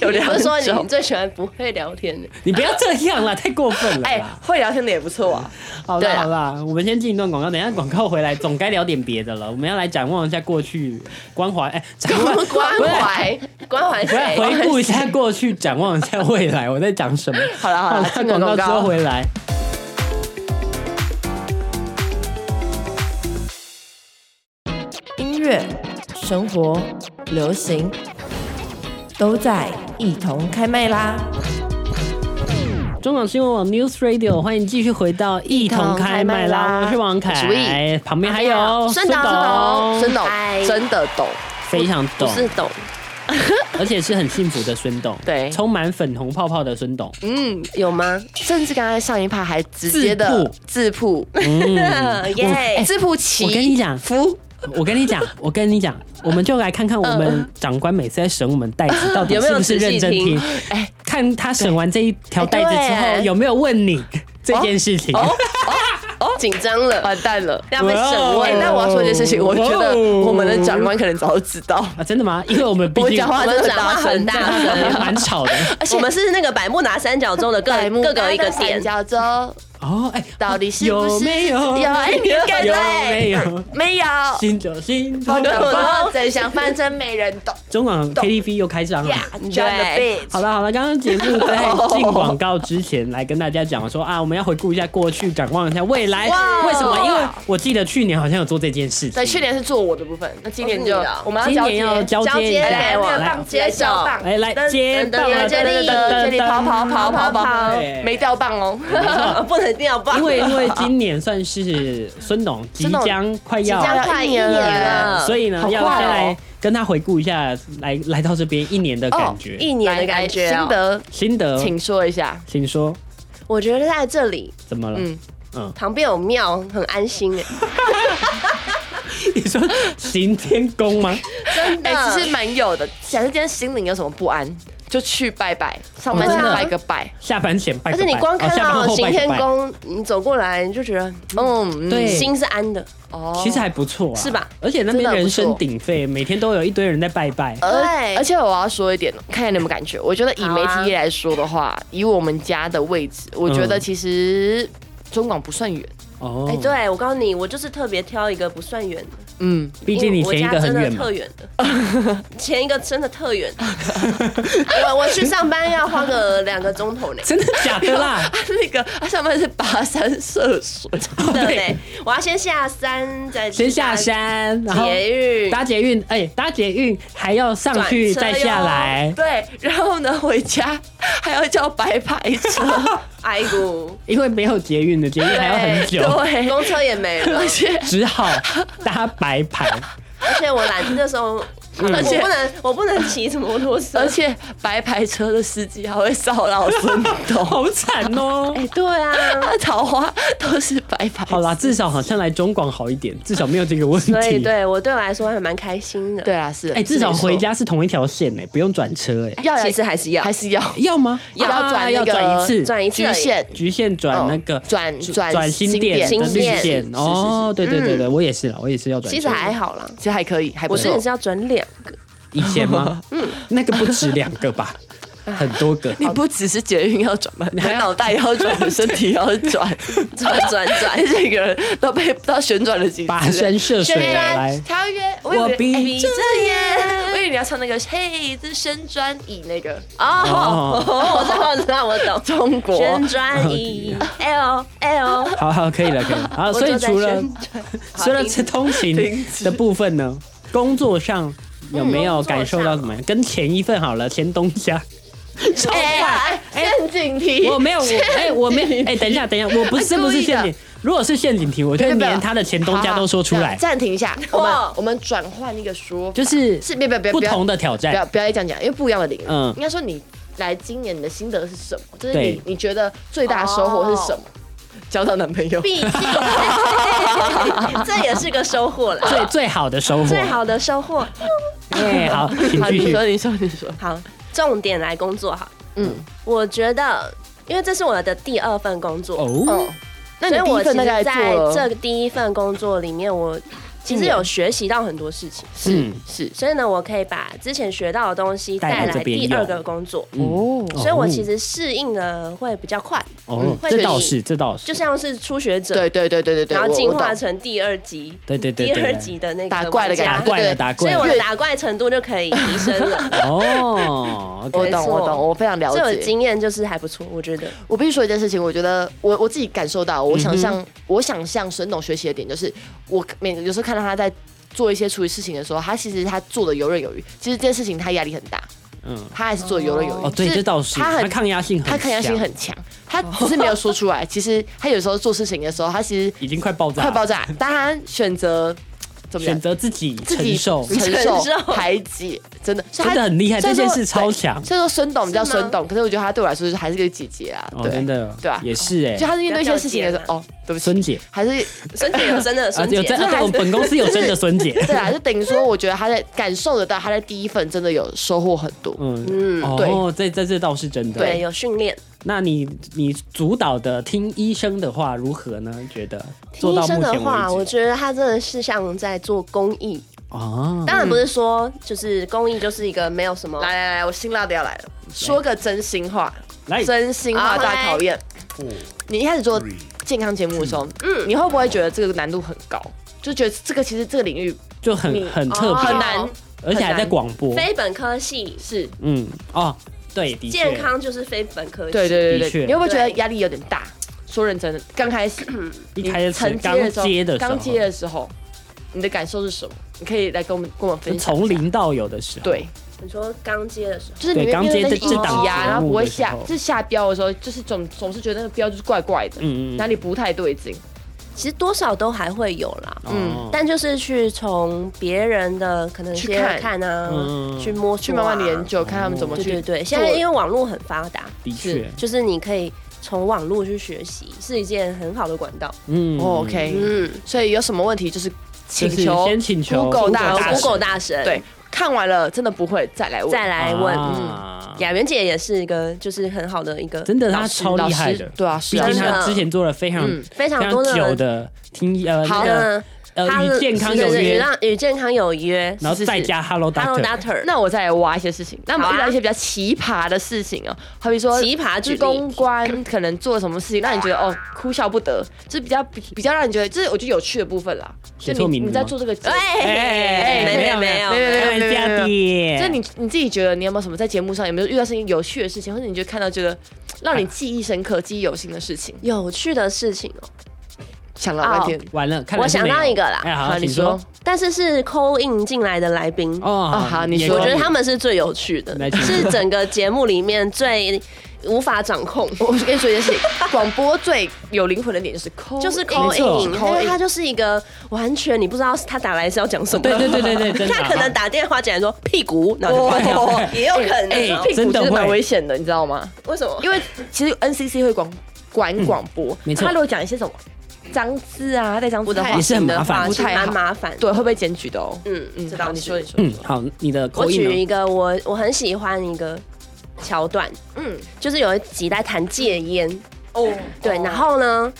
B: 有
C: 你
B: 两
C: 不是说你
B: 种
C: 最喜欢不会聊天的？
A: 你不要这样啦，太过分了
B: 哎、
A: 啦。
B: 会聊天的也不错啊。
A: 好
C: 对
A: 啦
C: 啊
A: 好啦，我们先进一段广告，等一下广告回来总该聊点别的了。我们要来展望一下过去，关怀哎，展望
C: 关
A: 不是
C: 怀，关怀
A: 我要
C: 谁？
A: 回顾一下过去，展望一下未来，我在讲什么？
B: 好了好了，
A: 那
B: 进个
A: 广告
B: 广
A: 之后
B: 告。
A: 回来。
B: 音乐、生活、流行，都在一同开麦啦！
A: 中广新闻网 News Radio，欢迎继续回到一同开麦啦！我是王凯，旁
B: 哎
A: 边还有
C: 孙董
B: 孙董
C: 嗨
B: 真的懂，
A: 非常
C: 不
A: 懂，
C: 是懂，
A: 而且是很幸福的孙董，
B: 对
A: 充满粉红泡泡的孙董，
B: 嗯，有吗？甚至刚才上一趴还直接的自曝，
A: 嗯，
C: [laughs] 耶、
B: 自曝其
A: 我跟你讲
B: 夫
A: 我跟你讲，我跟你讲，我们就来看看我们长官每次在审我们袋子到底
C: 有没
A: 是
C: 有
A: 不是认真
C: 仔细
A: 听
C: 听，
A: 哎，看他审完这一条袋子之
C: 哎
A: 后
C: 对
A: 有没有问你这件事情。
C: 哦，紧张了，
B: 完蛋了。
C: 要被审
A: 哇
B: 哎、
A: 哦
C: 问。
B: 但我要说一件事情，我觉得我们的长官可能早就知道，
A: 啊，真的吗？因为我们毕
B: 我
A: 竟
B: 讲话真的很大
C: 我
B: 声，
C: 们讲话很大声
A: 也蛮吵的
C: 而且我们是那个百慕达三角洲的各各个一个点，
B: 角洲
A: 哦。哎，
B: 到底是不
A: 有
B: 是
A: 没有？
B: 有哎你有感
A: 有
B: 觉
A: 没有？
B: 没有？
A: 心就心痛
B: 我
A: 的吧。
B: 的真相反正没人懂。
A: 中广 KTV 又开张了。
B: John the Bitch
C: 对
A: 好了好了，刚刚节目在进广告之前，来跟大家讲说啊，我们要回顾一下过去，展望一下未来。
B: 哇
A: 为什么？因为我记得去年好像有做这件事情。
B: 对，去年是做我的部分，那今年
C: 哦是
B: 就
C: 你的哦
B: 我们
A: 今
B: 要
A: 年要
B: 交
A: 交接一
B: 接
A: 下
B: 来
A: 来
B: 来棒接手棒，
A: 来来接棒了，
B: 接力接力跑跑跑跑跑
A: 对，
B: 没掉棒哦，
C: [laughs] 不能掉棒，
A: 因为因为今年算是孙董即
B: 孙董
A: 将快要
B: 即将要
C: 快一
B: 一
C: 年
B: 年
C: 了，
A: 所以呢
B: 好，快
A: 要
B: 哦
A: 先来跟他回顾一下，来来到这边一年的感觉、
C: 哦一年的感觉、
B: 心得，
A: 心得，
B: 请
A: 请
B: 说一下，
A: 请说，
C: 我觉得在这里
A: 怎么了？嗯
B: 嗯
C: 旁边有庙，很安心哎、
A: [laughs] 你说行天宫吗？
C: 真
B: 哎，其
C: 其
B: 实
C: 实
B: 蛮有的。假设今天心灵有什么不安，就去拜拜，上班
A: 哦
B: 前
A: 真的
B: 拜个拜，
A: 下班前拜
C: 而
A: 个
C: 且
A: 拜，
C: 你光
A: 哦
C: 看
A: 下班
C: 到
A: 后
C: 行
A: 拜个
C: 天
A: 拜，
C: 宫，你走过来，你就觉得，嗯，
A: 对
C: 嗯心是安的，
B: 哦
A: 其实还不错啊，
C: 是吧？
A: 而且那边
B: 真的
A: 人声
B: 不错
A: 鼎沸，每天都有一堆人在拜拜。
B: 而
A: 哎
C: 对
B: 而且我要说一点，看看你们感觉。我觉得以
C: 好
B: 媒
C: 啊
B: 体业来说的话，以我们家的位置，我觉得
A: 嗯
B: 其实中广不算远。 [laughs]
A: 哦，
C: 哎、，对我告诉你，我就是特别挑一个不算远的，
B: 嗯，
A: 毕竟你前一个很远
C: 因为我家真的
A: 嘛
C: 特。远的， [laughs] 前一个真的特远。
A: [laughs]
C: 我我去上班要花个两个钟头呢，
A: 真的假的
C: [laughs]
A: 啦？
B: 那个他上面是跋山涉水，
A: 哦
C: 真
A: [laughs]
C: 的
A: 对
C: 呢，我要先下山再去
A: 先下山，然
C: 搭
A: 后
C: 捷运，
A: 搭捷运，哎，搭捷运还要上去
C: 转
A: 再
C: 车
A: 下
C: 哟
A: 来，
B: 对， [laughs] 然后呢回家还要叫白牌
A: [laughs]
B: 车，
C: 哎姑，
A: 因为没有捷运的，捷运还要很久。[laughs]
B: 对，
C: 公车也没了
B: 而，且
C: [laughs]
A: 只好搭白牌。 [laughs]
C: 而且我懒，那时候嗯
B: 而
C: 我
B: 且
C: 不能，我不能骑什么摩托
B: 而
C: 车。
B: 且白牌车的司机还会骚扰孙董，
A: 好惨哦。
C: 哎，对啊，
B: [laughs] 他桃花都是白牌。
A: 好
C: [laughs]
A: 啦，，至少好像来中广好一点，至少没有这个问题。
C: 所以对我对我来说还蛮开心的。
B: 对，啊，是。
A: 哎、至少回家是同一条线哎、不用转车哎、
B: 要
C: 其实还是要
B: 还是要
A: 要吗？
C: 要
A: 啊
C: 转那
A: 要
C: 个
A: 转一次，
C: 转一次
B: 局
C: 而已
B: 限。
A: 局限转那个
B: 哦转转
A: 转新店
B: 新
A: 的绿
C: 店
A: 线
B: 是是嗯
A: 哦，对对对对，我也是啦，我也是要转车。
C: 其实还好啦，
B: 其实还可以，还不
C: 我之
B: 错
C: 前。是要转两个，
A: 以前
B: [laughs]
A: 吗？嗯，那个不止两个吧，很多个。
B: 你不只是捷运要转吧，你还脑袋
A: [laughs]
B: 要转，你身体要转，
C: 转转
B: [laughs]
C: 转
B: 而。且一个人都被不知道旋转了几
A: 跋
B: 次。
A: 山涉水
C: 轩辕
A: 来，
C: 条约，我
A: 我
C: 以为
A: 闭
C: 哎
A: 着
C: 眼，我以为你要唱那个嘿，这旋转椅那个。
A: 哦
C: 哦，我知道，我知道，我懂。
B: 中国
C: 旋转椅，L L，
A: 好好可以了，
B: [laughs]
A: 可以了。好，
C: 我
A: 所以
C: 就在
A: 除了
C: 旋转
A: [laughs] 除了这通勤的部分呢，工作上有没有感受到怎
B: 嗯
A: 么样？跟前一份好了，前东家。
B: [laughs]
C: 哎，陷阱题
A: 我没有，我哎、我没有，哎、等一下，等一下，我不是
B: 哎故意
A: 不是
B: 的
A: 陷阱，如果是陷阱题，我就
B: 不要不要
A: 连他的前东家都说出来，
B: 暂停一下，我们
C: 哇
B: 我们转换一个说法，
A: 就是
B: 是别别别
A: 不
B: 要
A: 同的挑
B: 不
A: 战
B: 要。不要再这样讲，因为不一样的领域。
A: 嗯
B: 应该说你来今年你的心得是什么？就是
A: 对
B: 你你觉得最大的收获是什么？交到男朋友。
C: 哦毕竟这也是个收获啦，
A: 最最好的收获，
C: 最好的收获。
A: 哎、好，请
B: 好，
A: 继
B: 你
A: 续
B: 说，。你说，你说。
C: 好，重点来工作哈。
B: 嗯，
C: 我觉得，因为这是我的第二份工作，
A: 哦，
B: 那你
C: 所以
B: 第
C: 我
B: 一
C: 其
B: 份
C: 实
B: 大概
C: 在
B: 做
C: 这
B: 了
C: 个第一份工作里面，我其实有学习到很多事情，
A: 嗯，
B: 是
C: 所以呢，我可以把之前学到的东西
A: 带
C: 带
A: 来这
C: 来
A: 边
C: 第
A: 用
C: 二个工作，
B: 哦，
A: 哦
C: 所以我其实适应的会比较快，
B: 嗯
C: 嗯
A: 哦，
C: 会
A: 这
C: 比
A: 倒是，这倒是，
C: 就像是初学者，
B: 对对对对对对，
C: 然后
B: 我
C: 进
B: 我懂
C: 化成第二级，
A: 对对对
C: 第
A: 对对
C: 二级的那个
B: 打怪的
C: 玩家
A: 打
B: 感觉，
A: 怪了，
B: 对
A: 打
C: 所
A: 怪
C: 以我
A: 了。
C: 的打怪程度就可以提升了。
A: 哦，OK，
B: 我懂
C: 没错
B: 我懂，我非常了
C: 这有
B: 解。
C: 经验就是还不错，
A: [laughs]
C: 我觉得。
B: 我必须说一件事情，我觉得我我自己感受
A: 嗯
B: 到，我想向、我想向沈董学习的点就是，我每有时候看到他在做一些处理事情的时候，他其实他做的游刃有余。其实这件事情他压力很大，
A: 嗯，
B: 他还是做的游刃有余。
A: 哦，对，
B: 就是
A: 这倒是，
B: 他
A: 他
B: 很
A: 抗压性很强，
B: 他抗压性很强，他只是没有说
A: [laughs]
B: 出来。其实他有时候做事情的时候，他其实
A: 已经快爆炸，
B: 快爆，炸，但他选择怎么
A: 选
B: 讲？
A: 择自己
B: 自己
A: 承受，
B: 承
C: 承
B: 受
C: 受
B: 排解，真的，所以他
A: 真的很厉害
B: 虽然说
A: 这件事超强
B: 对虽然说孙董比较
C: 是吗
B: 孙董，可是我觉得他对我来说就是还是个姐姐啊，
A: 哦，
B: 对，
A: 真，的，
B: 对啊
A: 也是哎
B: 就，他是面对一些事情的时
C: 不
B: 候，
C: 要
B: 哦，对不起，
A: 孙姐
B: 还是
C: 孙姐有真的
A: 啊，
C: 孙姐
A: 有，真，啊对我们本公司有真
B: [laughs]
A: 的孙姐，
B: 对啊，就等于说，我觉得他在感受得到，他在第一份真的有收获很多。
A: 嗯嗯，
B: 对
A: 哦，这这这倒是真的。
C: 对，，有训练。
A: 那你你主导的听医生的话如何呢？觉得做
C: 医
A: 到
C: 生
A: 目
C: 的
A: 前
C: 话，我
A: 为止
C: 觉得他真的是像在做公益，
A: 啊，
C: 当然不是说就是公益就是一个没有什么。
B: 来来来，我辛辣的要来了，说个真心话，
A: 来
B: 真心话大考验。
A: 哦
B: 你一开始做健康节目的时候，嗯，你会不会觉得这个难度很高？就觉得这个其实这个领域
A: 就很
B: 你
A: 很特
C: 哦
A: 别
B: 很，难，
A: 而且还在广播，
C: 非本科系
B: 是
A: 嗯哦，对，的确
C: 健康就是非本科系，
B: 对对
A: 的
B: 对
A: 确
B: 对，你会不会觉得
C: 对
B: 压力有点大？说认真的，刚开始
A: 一开始
B: 承
A: 刚接
B: 接
A: 的
B: 的
A: 时
B: 时
A: 候，
B: 候，刚接的时候，你的感受是什么？你可以来跟我们跟我们
A: 就
B: 分享。
A: 从零到有的时候，
B: 对，
C: 你说刚接的时候，
B: 就是
A: 对
B: 你们
A: 刚
B: 面
A: 接这
B: 对那
A: 这
B: 些议
A: 档
B: 题啊，
A: 节
B: 然后不
A: 目
B: 会
A: 的时
B: 下
A: 候，
B: 就是下标的时候，就是总总是觉得那个标就是怪怪的，
A: 嗯嗯
B: 哪里不太对劲。
C: 其实多少都还会有啦。
A: 嗯哦，
C: 但就是去从别人的可能
B: 去
C: 先
B: 看
C: 看
A: 嗯
C: 啊，去摸
B: 去
C: 索啊，
B: 慢慢的研究，看他们怎么
C: 对
B: 去
C: 对对，现
B: 做
C: 在因为网络很发达，
A: 的确，
C: 就是你可以从网络去学习，是一件很好的管道。
A: 嗯
B: 哦 OK，
C: 嗯，
B: 所以有什么问题就是请
A: 就是
B: 求
A: 先请求
B: Google 大
A: Google 大
B: 神
C: Google 大神，
B: 对，看完了真的不会再来问。
C: 再来问。嗯
A: 啊
C: 雅媛姐也是一个，就是很好的一个，
A: 真的他
B: 老师
A: 超厉害
B: 老
A: 的
B: 师，对啊，
A: 毕
B: 是啊
A: 竟
C: 真
A: 他
C: 的
A: 之前做了非常
B: 嗯
C: 非常
A: 非
C: 多
A: 常
C: 的
A: 久的听呃那
B: 好
A: 个
C: 嗯，
A: 呃与健康有
C: 对对与
A: 约，
C: 让与健康有约。
A: 然后再加 Hello
C: Hello
A: Doctor。
C: Doctor，
B: 那我再来挖一些事情。那我
C: 好
B: 们遇
C: 啊
B: 到一些比较奇葩的事情啊，好比说
C: 奇葩
B: 就
C: 举
B: 是
C: 例
B: 公关可能做了什么事情，让你觉得哦哭笑不得，就是比较比比较让你觉得，这是我觉得有趣的部分啦。
A: 写
B: 就
A: 错
B: 你
A: 名字
B: 你在做这个节目，
C: 哎，没有没有没有，
A: 开玩笑的，
B: 就是你你自己觉得你有没有什么在节目上有没有遇到事情有趣的事情，或者你就看到觉得让你记忆深刻、记忆犹新的事情？
C: 有趣的事情哦，
B: 想了半天，
A: 完了，看来
C: 我
A: 是
C: 想到
A: 没有
C: 一个啦
A: 哎，好，
B: 好
A: 请
B: 你
A: 说
B: 说。
C: 但是是 call in 进来的来宾，
A: 哦
B: 好你
A: 也
B: 说
C: 我觉
A: 可以
C: 得他们是最有趣的
A: 来请，
C: 是整个节目里面最无法掌控，
B: 我我跟你说一件事情，广播最有灵魂的
C: [laughs]
B: 点就是抠，
C: 就是
A: 没
C: call
A: 错
C: in，
B: call
C: 因为
B: in
C: 它啊就是一个完全你不知道他打来是要讲什么。
A: 对对对对对真的
C: 他可能打电话进来说屁股，然后就挂掉
A: 哦
C: [laughs] 也有可能嗯
A: 哎
C: 哦。
B: 屁股
A: 真的
B: 就
A: 会
B: 是蛮危险的，你知道吗？
C: 为什么？因
B: 因
C: 为
B: 为其实 NCC 会广管广播，
A: 嗯没错
B: 他如果讲一些什么脏字啊，带脏字的
C: 不太
B: 话
C: 好
A: 也是很麻烦
B: 不太好
C: 蛮麻烦。
B: 对，会被检举的哦。
C: 嗯嗯，知道
B: 好
C: 你
B: 你
C: 说
B: 说
C: 你说。
A: 嗯，好，你的
C: 我
A: 口音
C: 举一
A: 呢？
C: 个我我很喜欢一个桥段，
B: 嗯，
C: 就是有一集在谈戒烟，
B: 哦，
C: 对，然后呢，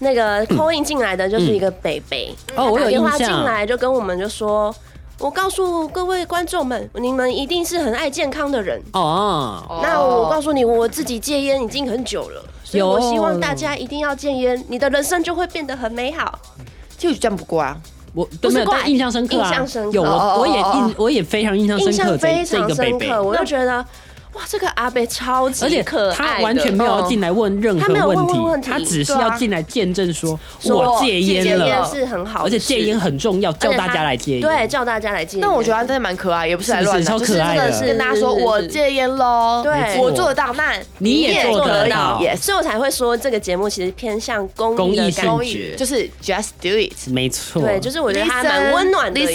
C: 那个 call in 进来的就是一个北北，
A: 哦，我
C: 打
A: 有
C: 电话
A: 印
C: 进
A: 象，
C: 来就跟我们就说，我告诉各位观众们，你们一定是很爱健康的人。
A: 哦，
C: 那我告诉你，我自己戒烟已经很久了，所以
A: 有
C: 我希望大家一定要戒烟，你的人生就会变得很美好。
B: 就这样不过啊，
A: 我
C: 不
A: 都
C: 是
A: 没有，
C: 怪
A: 但印象深刻啊，
C: 印象深刻哦
A: 有我我也印我也非常印象深
C: 印象
A: 刻
C: 非
A: 这这
C: 常
A: 个贝
C: 深
A: 贝，
C: 刻，我就觉得哇，这个阿贝超
A: 而
C: 级
A: 且
C: 可爱
A: 他
C: 的嗯
A: 完全没有要进来问任
C: 他没有
A: 何
C: 问
A: 问
C: 问问
A: 题，
C: 题
A: 他只是
C: 对啊
A: 要进来见证说
C: 说
A: 我戒烟
C: 戒烟
A: 了，
C: 是很好的
A: 而
C: 事，
A: 且戒烟很重要，
C: 而
A: 叫
C: 且他，
A: 大家来戒烟。
C: 对，叫大家来戒烟。
B: 但我觉得他真的蛮可爱，也不是来乱
A: 是不
B: 的，
A: 是超可爱的
B: 就是真跟大家说
C: 是是是
B: 我戒烟喽，
C: 对
B: 我做得到，那
A: 你也做得
B: 可以
A: 到
B: ，yes，
C: 所以我才会说这个节目其实偏向公
A: 公
C: 益的
A: 益
C: 感
A: 性
C: 觉，
A: 公益
B: 就是 just do it。
A: 没错，
C: 对，就是我觉得它蛮温暖的一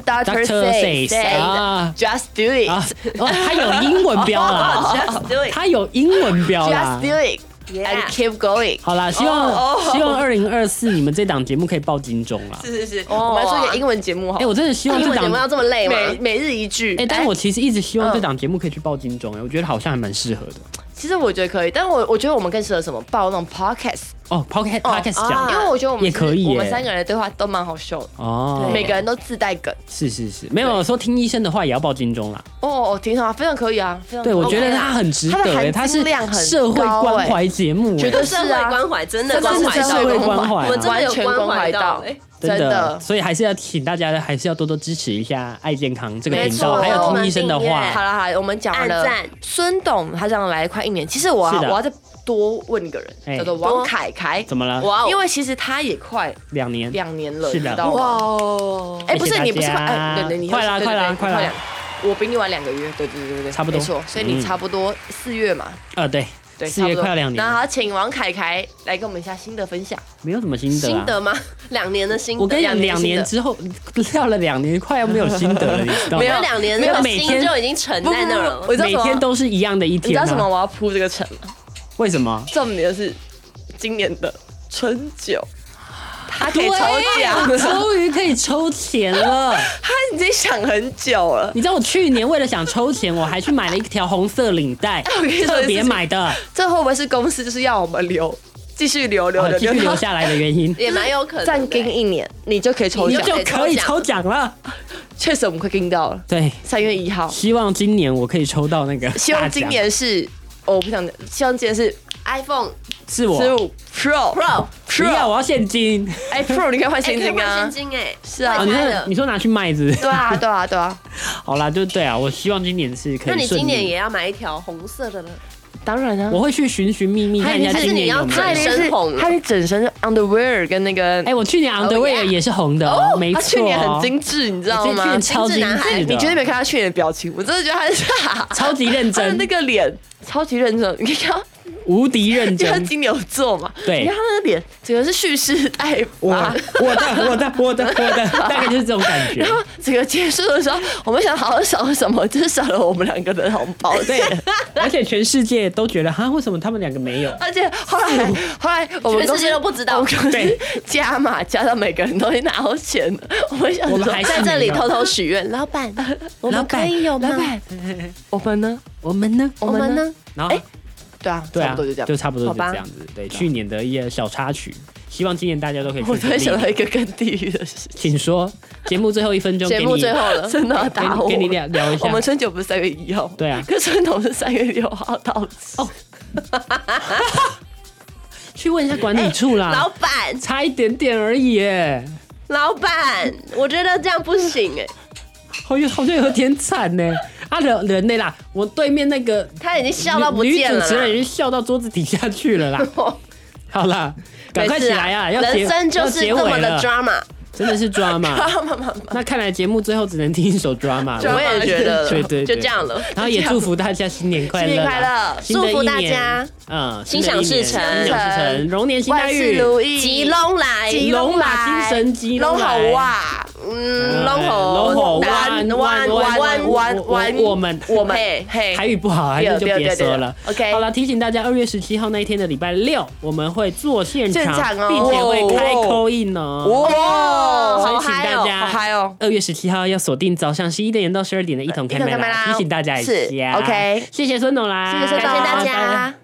B: Listen, Doctor
A: Doctor
B: says,
A: says 啊
B: just do it,
A: 啊，哦，他有英文标
C: [laughs]
A: 啦，
C: Just do it，
A: 他有英文标
B: just
A: 啦。
B: do it, and
C: Yeah
B: keep going。
A: 好啦，希
C: 哦
A: 望希望二零二四你们这档节目可以报金钟啦。
B: 是是是，
C: 哦
B: 我们来做一个英文节目哈哎
A: 哎，。我真的希望
C: 英
A: 这
C: 文节
A: 档
C: 目哦要这么累吗？
B: 每每日一句。
A: 哎，但我其实一直希望
B: 嗯
A: 这档节目可以去报金钟，哎，我觉得好像还蛮适合的。
B: 其实我觉得可以，但我我觉得我们更适合什么报那种 podcast，
A: 哦，podcast podcast
C: 啊
A: 讲
B: 因为我觉得我们
A: 也可以耶
B: 我们三个人的对话都蛮好笑的，
A: 哦，
B: 每个人都自带梗。
A: 是是是，没有说听医生的话也要报金钟啦。
B: 哦，哦挺好，非常可以啊，非常
A: 对，我觉得
B: OK 啊
A: 他很值得
B: 它的含
A: 哎，
B: 金
A: 他是
B: 量很高
A: 社会关怀节目，哎
B: 绝对是
C: 社会
B: 啊
C: 关怀，真的
B: 真的
C: 关
B: 是
C: 怀到
A: 社会关怀啊
C: 我们真的
B: 完
C: 有
B: 全关
C: 怀
B: 怀到
C: 哎，
A: 真
B: 真
A: 的，
B: 的
A: 所以还是要请大家还是要多多支持一下爱健康这个频道，
B: 没错
A: 还有听医生的
C: 订阅
A: 话
B: 好。了好了，我们讲完了
C: 按赞。
B: 孙董他这样来快一年，其实我啊
A: 是的
B: 我要再多问一个
A: 哎
B: 人，叫做王凯凯，
A: 怎么了？
C: 哇哦
B: 因为其实他也快
A: 两年，
B: 两年了，
A: 是
B: 你
A: 的
B: 知道
C: 哇
B: 吗？
C: 哦，
B: 哎，不
A: 谢
B: 是
A: 谢
B: 你不是
A: 大
B: 快，
A: 家
B: 哎，对对，你
A: 快啦
B: 对对
A: 快啦
B: 对
A: 快啦
B: 两我比你晚两个月，对对对对对，
A: 差不多
B: 没错，所以你
A: 嗯
B: 差不多四月嘛，
A: 啊，对，
B: 对，
A: 四月
B: 差不多
A: 快要两年
B: 然后请王凯凯来跟我们一下心得分享。
A: 没有什么心得
C: 心
A: 啊。
C: 得吗？ [laughs] 两年的心得，
A: 我跟你讲，两
C: 的心
A: 年
C: 得
A: 之后 [laughs] 跳了两年，快要没有心得了，你知道
B: [laughs]
C: 没
A: 吗
C: 有？两年，
A: 没
C: 那
A: 有
C: 个
A: 每
C: 心
A: 天
C: 就已经沉在那儿了。
B: 我知道
A: 每
B: 什
A: 天
B: 么，
A: 都是一样的一
B: 你知
A: 天
B: 道什么？
A: 啊。
B: 我要铺这个城吗？
A: 为什么？
B: 重点是今年的春酒，他可以
A: 对
B: 抽奖，
A: 终于可以抽钱
B: [laughs]
A: 了。
B: 他已经想很久了。
A: 你知道我去年为了想抽钱，我还去买了一条红色领
B: [laughs]
A: 带，
B: 我跟你说
A: 特别买的，
B: 这会不会是公司就是要我们留，继续留留
A: 啊
B: 留
A: 继续留
B: [laughs]
A: 下来的原因，
C: 也蛮有可能的。
B: 再跟一年，你就可以抽
A: 你
B: 奖。
A: 就可以抽奖了。
B: 确实，我们快跟到了，
A: 对，
B: 三月一号。
A: 希望今年我可以抽到那个大奖。
B: [laughs] 希望今年是，哦我不想讲，希望今年是
C: iPhone
A: 是我
B: 十五 Pro
C: Pro，
A: 不要，
B: Pro，
A: 我要现金。
B: 哎 Pro 你可以换
C: 哎，
B: 现
C: 可以
B: 金
C: 换现
B: 啊。
C: 金哎，
B: 是啊
A: 啊，
C: 换
A: 你
C: 开
A: 说
C: 了
A: 你说拿去卖是不是？
B: 对啊，对啊，对啊，
A: 好啦，就对啊，我希望今年是可以
C: 那你今
A: 顺利
C: 年也要买一条红色的呢？
B: 当然啊
A: 我会去寻寻觅觅
B: 他
A: 看一下
B: 还是
A: 今年有
C: 你
A: 没
C: 要
A: 有
C: 看。
B: 已经
C: 深红
B: 他是整身 underwear 跟那个啊
A: 哎，，我去年
C: Oh,
A: underwear
C: yeah
A: 也是红的哦，没
B: 哦他
A: 错哦。
B: 去年很精致，你知道
A: 我去
B: 吗哎
A: 年？超精
C: 精致
A: 致
C: 男
A: 的，
B: 你绝对没有看他去年的表情，我真的觉得他 [laughs] 是
A: 超级认
B: 他的
A: 真
B: 那，个脸超级认真， [laughs] 你看他，
A: 无敌认
B: [laughs] 因为他
A: 真
B: 是。金牛座嘛，
A: 对
B: 你看他那个脸，整个是蓄势待
A: 我
B: 发。
A: 我的我的我的我的，大概就是这种感觉
B: 啊然。后整个结束的时候，我们想好好少什么，就是少了我们两个的红包。
A: 对，而且全世界都觉得，哈，为什么他们两个没有？
B: 而且后来后来我们
C: 全
B: 公
C: 世界
B: 司
C: 都不知道
B: 我们公
A: 对
B: 司加码加到每个人都会拿到钱了，我们想
A: 我们
B: 说
A: 还是
C: 在这
A: 没
C: 里
A: 有
C: 偷偷许愿，老 [laughs] 板，我
A: 老
C: 们
A: 板
C: 可以有吗
B: 老？板，我们呢？
A: 我们呢？
B: 我
C: 我们？呢？
A: 然后
B: 哎对啊，
A: 对
B: 差
A: 啊
B: 不，多就这样。
A: 就差不多就
B: 好吧
A: 这样子。对，去年的一些小插曲，希望今年大家都可以
B: 我
A: 顺
B: 突
A: 顺利利
B: 然想到一个更地狱的事情，
A: 请说，节目最后一分钟，
C: 节
A: 给
C: 目
A: 你
C: 最后了，
B: 真的要
A: 给
B: 打
A: 你
B: 我。
A: 给你聊聊一下。
B: 我们春酒不是三月一号吗？
A: 对啊
B: 可是春董是三月六号到期。
A: 去问一下管理处
B: [laughs]
A: 啦。
C: 老板，
A: 差一点点而已耶，
C: 老板，我觉得这样不行哎，
A: 好像好像有点惨呢。啊人人呢啦，我对面那个
C: 他已经笑到不
A: 女
C: 见
A: 女
C: 了
A: 主持人已
C: 啦。
A: 经笑到桌子底下
C: [laughs]
A: 去了啦。好啦，赶快起来啊！要结
C: 人生就
A: 要
C: 是
A: 结
C: 这么
A: 尾
C: 的
A: 了，
C: drama，
A: 真的是 drama。那
C: [laughs]
A: 看来节目最后只能听一首 drama
B: 我
A: 了。
B: 也觉得
A: [laughs]
B: 了
A: 对对，
C: 就
A: 对
C: 这样了。
A: 然后也祝福大家新年快乐啦，
B: 新年快乐
A: 新的一
C: 祝福大
A: 年
C: 家，
A: 嗯，
C: 心想
A: 新的一
C: 事
A: 年
C: 成
A: 心想事成，龙年行大
B: 万事
A: 运，
B: 如意，
C: [laughs] 吉隆来，
A: 吉隆马精神，吉
B: 龙好
A: 来。
B: 哇，
C: 嗯，龙
A: 龙
C: 吼
A: 吼
C: 弯弯弯弯弯，
B: 弯弯
A: 我我们
B: 我们
C: 嘿
B: 嘿，
A: 台语不好，还
B: 不要
A: 是就别
B: 不要
A: 说
B: 不
A: 了。
B: 要不要，OK
A: 好了，提醒大家，二月十七号那一天的礼拜六，我们会做现
B: 现
A: 场，
B: 场哦
A: 并且会开扣印哦。
B: 哦，
A: 所以
B: 好
A: 请
B: 嗨
A: 大
B: 哦，
A: 家
B: 好嗨哦。
A: 二月十七号要锁定早上十一点到十二点的一同开
B: 一同
A: 麦
B: 开麦
A: 啦，
B: 啦
A: 提醒大家一
B: 是
A: 下。
B: ，OK
A: 谢谢孙总啦，
B: 谢谢孙总
C: 感谢大
A: 拜拜
C: 家。